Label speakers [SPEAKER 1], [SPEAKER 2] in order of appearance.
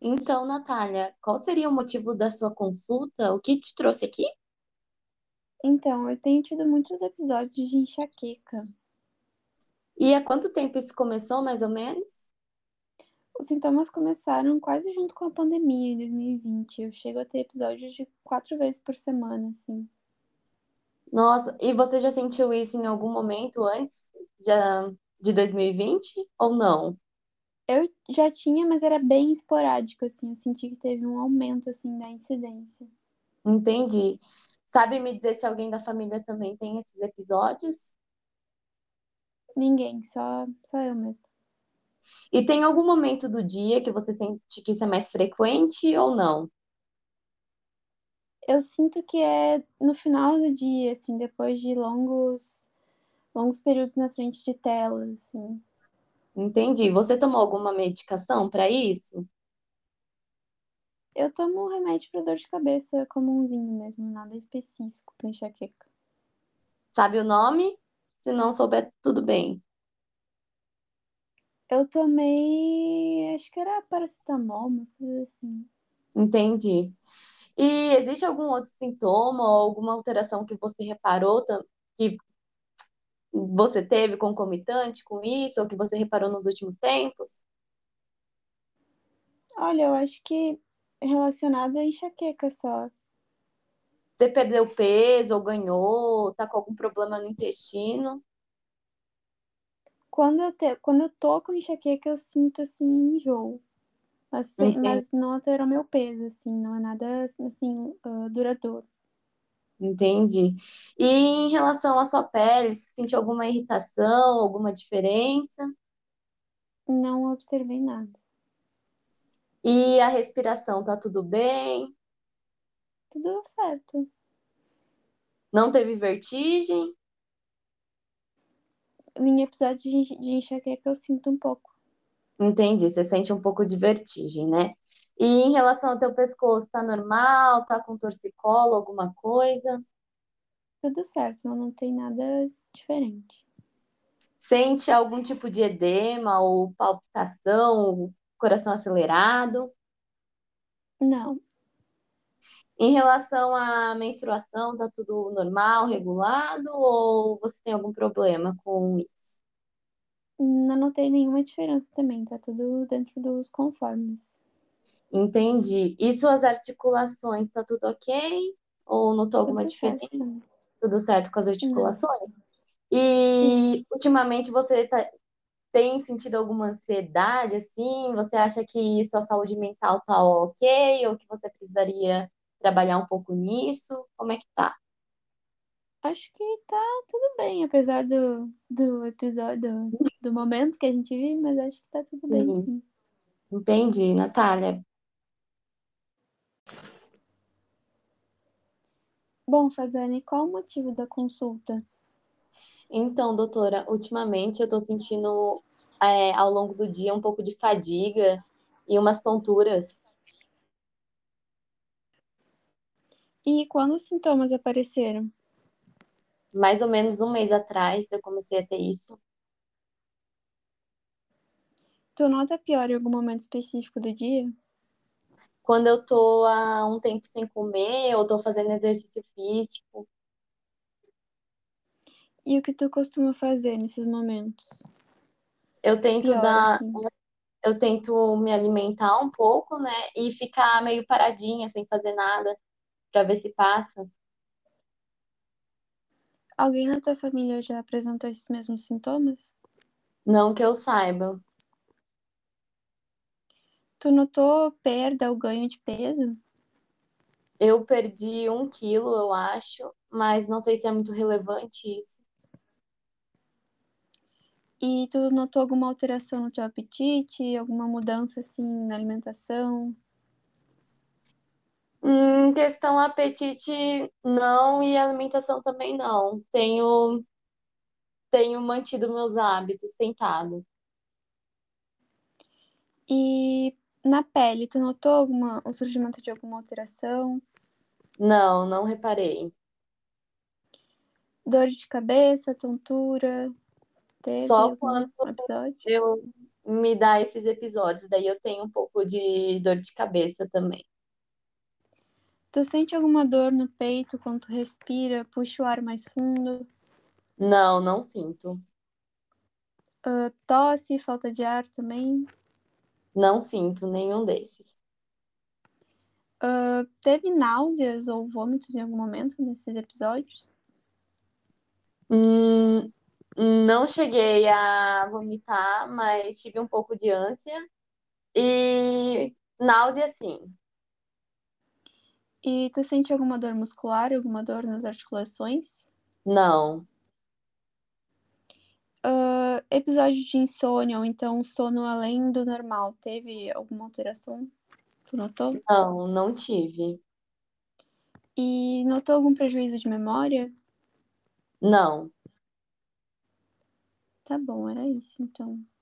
[SPEAKER 1] Então, Natália, qual seria o motivo da sua consulta? O que te trouxe aqui?
[SPEAKER 2] Então, eu tenho tido muitos episódios de enxaqueca.
[SPEAKER 1] E há quanto tempo isso começou, mais ou menos?
[SPEAKER 2] Os sintomas começaram quase junto com a pandemia em 2020. Eu chego a ter episódios de quatro vezes por semana, assim.
[SPEAKER 1] Nossa, e você já sentiu isso em algum momento antes de, de 2020 ou não?
[SPEAKER 2] Eu já tinha, mas era bem esporádico, assim. Eu senti que teve um aumento, assim, da incidência.
[SPEAKER 1] Entendi. Sabe me dizer se alguém da família também tem esses episódios?
[SPEAKER 2] Ninguém, só, só eu mesmo.
[SPEAKER 1] E tem algum momento do dia que você sente que isso é mais frequente ou não?
[SPEAKER 2] Eu sinto que é no final do dia, assim, depois de longos, longos períodos na frente de telas, assim.
[SPEAKER 1] Entendi. Você tomou alguma medicação para isso?
[SPEAKER 2] Eu tomo remédio para dor de cabeça comumzinho mesmo, nada específico para enxaqueca.
[SPEAKER 1] Sabe o nome? Se não souber, tudo bem.
[SPEAKER 2] Eu tomei, acho que era paracetamol, umas coisas assim.
[SPEAKER 1] Entendi. E existe algum outro sintoma ou alguma alteração que você reparou tam- que você teve concomitante com isso ou que você reparou nos últimos tempos?
[SPEAKER 2] Olha, eu acho que relacionado à enxaqueca só.
[SPEAKER 1] Você perdeu peso ou ganhou? Tá com algum problema no intestino?
[SPEAKER 2] Quando eu, te... Quando eu tô com enxaqueca, eu sinto assim, enjoo. Mas, sem-
[SPEAKER 1] Entendi.
[SPEAKER 2] mas não alterou meu peso, assim, não é nada assim, ah, duradouro.
[SPEAKER 1] Entendi. E em relação à sua pele, você sentiu alguma irritação, alguma diferença?
[SPEAKER 2] Não observei nada.
[SPEAKER 1] E a respiração, tá tudo bem?
[SPEAKER 2] Tudo certo.
[SPEAKER 1] Não teve vertigem?
[SPEAKER 2] Em episódios de enx- de enxaqueca, eu sinto um pouco.
[SPEAKER 1] Entendi, você sente um pouco de vertigem, né? E em relação ao teu pescoço, tá normal? Tá com torcicolo, alguma coisa?
[SPEAKER 2] Tudo certo, não, não tem nada diferente.
[SPEAKER 1] Sente algum tipo de edema ou palpitação, ou coração acelerado?
[SPEAKER 2] Não,
[SPEAKER 1] Em relação à menstruação, tá tudo normal, regulado, ou você tem algum problema com isso?
[SPEAKER 2] não notei nenhuma diferença também, tá tudo dentro dos conformes.
[SPEAKER 1] Entendi. E suas articulações, tá tudo ok? Ou notou alguma
[SPEAKER 2] Tudo certo
[SPEAKER 1] diferença?
[SPEAKER 2] também.
[SPEAKER 1] Tudo certo com as
[SPEAKER 2] Não,
[SPEAKER 1] articulações?
[SPEAKER 2] isso.
[SPEAKER 1] E ultimamente você tá- tem sentido alguma ansiedade assim? Você acha que sua saúde mental tá ok? Ou que você precisaria trabalhar um pouco nisso? Como é que tá?
[SPEAKER 2] Acho que tá tudo bem, apesar do, do episódio, do momento que a gente vive, mas acho que tá tudo bem,
[SPEAKER 1] Uhum.
[SPEAKER 2] sim.
[SPEAKER 1] Entendi, Natália.
[SPEAKER 2] Bom, Fabiana, e qual o motivo da consulta?
[SPEAKER 1] Então, doutora, ultimamente eu tô sentindo é, ao longo do dia um pouco de fadiga e umas tonturas.
[SPEAKER 2] E quando os sintomas apareceram?
[SPEAKER 1] Mais ou menos um mês atrás eu comecei a ter isso.
[SPEAKER 2] Tu nota pior em algum momento específico do dia?
[SPEAKER 1] Quando eu tô há um tempo sem comer, eu tô fazendo exercício físico.
[SPEAKER 2] E o que tu costuma fazer nesses momentos?
[SPEAKER 1] Eu
[SPEAKER 2] Que
[SPEAKER 1] tento
[SPEAKER 2] piora,
[SPEAKER 1] dar,
[SPEAKER 2] assim.
[SPEAKER 1] eu tento me alimentar um pouco, né? E ficar meio paradinha, sem fazer nada, pra ver se passa.
[SPEAKER 2] Alguém na tua família já apresentou esses mesmos sintomas?
[SPEAKER 1] Não que eu saiba.
[SPEAKER 2] Tu notou perda ou ganho de peso?
[SPEAKER 1] Eu perdi um quilo, eu acho, mas não sei se é muito relevante isso.
[SPEAKER 2] E tu notou alguma alteração no teu apetite, alguma mudança assim na alimentação?
[SPEAKER 1] Hum, questão apetite, não, e alimentação também não. Tenho, tenho mantido meus hábitos, tentado.
[SPEAKER 2] E na pele, tu notou alguma, o surgimento de alguma alteração?
[SPEAKER 1] Não, não reparei.
[SPEAKER 2] Dor de cabeça, tontura? Teve
[SPEAKER 1] Só
[SPEAKER 2] algum né?
[SPEAKER 1] quando
[SPEAKER 2] episódio?
[SPEAKER 1] eu me dá esses episódios. Daí eu tenho um pouco de dor de cabeça também.
[SPEAKER 2] Tu sente alguma dor no peito quando tu respira, puxa o ar mais fundo,
[SPEAKER 1] Não, não sinto.
[SPEAKER 2] ah, tosse, falta de ar também?
[SPEAKER 1] Não sinto nenhum desses.
[SPEAKER 2] Ah, teve náuseas ou vômitos em algum momento nesses episódios?
[SPEAKER 1] Hum, não cheguei a vomitar, mas tive um pouco de ânsia. E náusea, sim.
[SPEAKER 2] E tu sente alguma dor muscular, alguma dor nas articulações?
[SPEAKER 1] Não,
[SPEAKER 2] Ah, episódio de insônia ou então sono além do normal, teve alguma alteração? Tu notou?
[SPEAKER 1] não, não tive.
[SPEAKER 2] E notou algum prejuízo de memória?
[SPEAKER 1] Não.
[SPEAKER 2] Tá bom, era isso então.